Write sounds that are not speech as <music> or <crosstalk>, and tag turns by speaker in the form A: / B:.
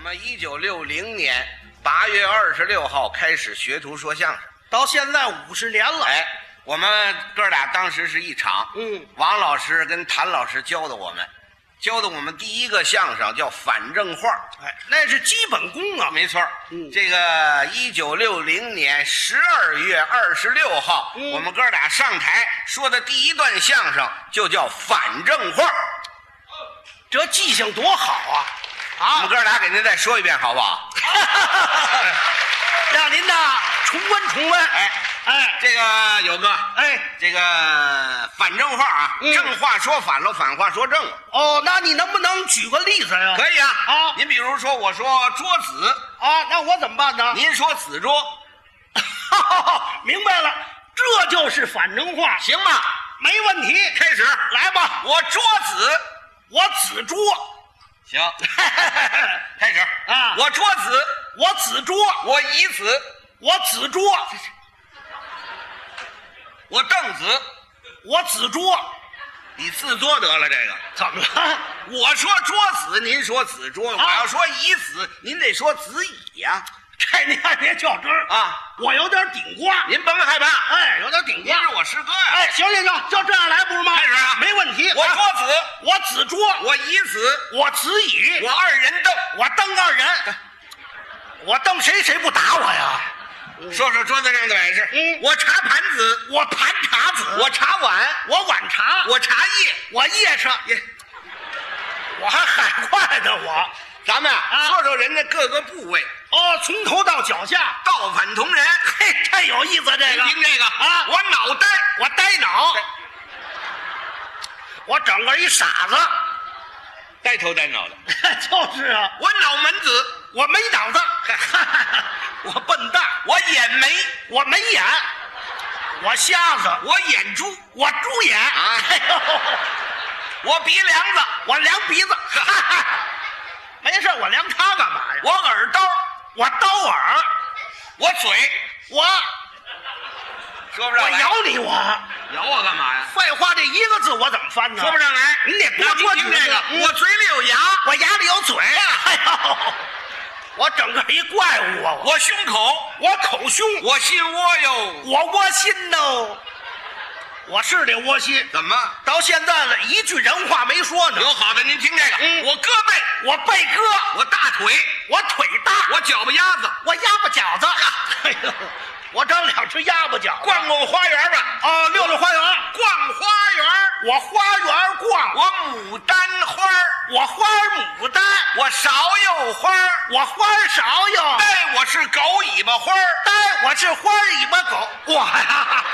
A: 们一九六零年八月二十六号开始学徒说相声，
B: 到现在五十年了。
A: 哎，我们哥俩当时是一场，
B: 嗯，
A: 王老师跟谭老师教的我们，教的我们第一个相声叫反正话儿，
B: 哎，那是基本功啊。
A: 没错儿，
B: 嗯
A: 这个一九六零年十二月二十六号，
B: 嗯
A: 我们哥俩上台说的第一段相声就叫反正话儿。
B: 这记性多好啊！
A: 我们
B: 啊，
A: 哥俩给您再说一遍好不 <laughs> 好？
B: 让您呐重温重温。
A: 哎
B: 哎
A: 这个友哥，
B: 哎，
A: 这个反正话啊，
B: 嗯
A: 正话说反了，反话说正了，
B: 哦，那你能不能举个例子呀？
A: 可以啊。
B: 啊
A: 您比如说，我说桌子，
B: 啊，那我怎么办呢？
A: 您说子桌，
B: <laughs> 明白了，这就是反正话，
A: 行吗？
B: 没问题。
A: 开始，
B: 来吧，
A: 我桌子，
B: 我子桌，
A: 行， <laughs> 开始
B: 啊
A: 我桌子，
B: 我子桌，
A: 我椅子，
B: 我子桌，
A: 我凳子，
B: 我子桌，
A: 你自作得了这个。
B: 怎么了？
A: 我说桌子，您说子桌；
B: 啊
A: 我要说椅子，您得说子椅呀、
B: <laughs> 这您还别较真儿
A: 啊。！
B: 我有点顶瓜，
A: 您甭害怕，
B: 哎，有点顶
A: 您
B: 瓜。
A: 是我师哥呀、
B: 哎，行行行，就这样来不是吗？
A: 开始啊
B: 没问题。
A: 我
B: 啊
A: 桌子，
B: 我子桌，
A: 我椅子，
B: 我子乙，
A: 我二人凳。
B: 我蹬二人，我蹬谁谁不打我呀？
A: 说说桌子上的摆设。
B: 嗯
A: 我茶盘子，
B: 我盘茶子，
A: 我茶碗，
B: 我碗茶，
A: 我茶叶。
B: 我夜叉，
A: 也，
B: 我还海块呢我。
A: 咱们啊，
B: 啊
A: 说说人家各个部位，
B: 哦，从头到脚下，
A: 道反同人。
B: 嘿，这有意思这
A: 您
B: 个。
A: 听这个
B: 啊
A: 我脑袋，
B: 我呆脑，我整个一傻子， <laughs>
A: 呆头呆脑的。
B: 就是啊，
A: 我脑门子，
B: 我没脑子，我笨蛋，
A: 我眼眉，
B: <laughs> 我没眼，我瞎子，
A: 我眼珠，
B: 我猪眼，
A: 啊
B: 哎呦，
A: 我鼻梁子，
B: 我量鼻 <laughs> 子，没事，我量它干嘛呀？
A: 我耳刀，
B: 我刀耳，
A: 我嘴。
B: 我
A: 说不
B: 我
A: 上来。
B: 咬你我，
A: 咬我干嘛呀？
B: 废话，这一个字我怎么翻呢？
A: 说不上来。
B: 你
A: 那
B: 得多
A: 您
B: 说
A: 听
B: 几
A: 这
B: 个
A: 个，
B: 嗯
A: 我嘴里有牙，
B: 我牙里有嘴，哎呦，我整个一怪物啊，我
A: 我胸口，
B: 我口凶，
A: 我心窝哟。
B: 我窝心呢，我是得窝心。
A: 怎么？
B: 到现在了，一句人话没说呢。
A: 有好的，您听这个。
B: 嗯
A: 我胳膊，
B: 我背哥，
A: 我大腿，
B: 我腿大，
A: 我脚巴丫子，
B: 我鸭巴饺子。哎呦，我长两只鸭巴饺子。
A: 逛逛花园吧。
B: 啊，溜溜花园，
A: 逛花园，
B: 我花园逛，
A: 我牡丹花儿，
B: 我花牡丹，
A: 我芍药花儿，
B: 我花芍药。
A: 哎，我是狗尾巴花儿。
B: 呆，我是花尾巴狗。我呀，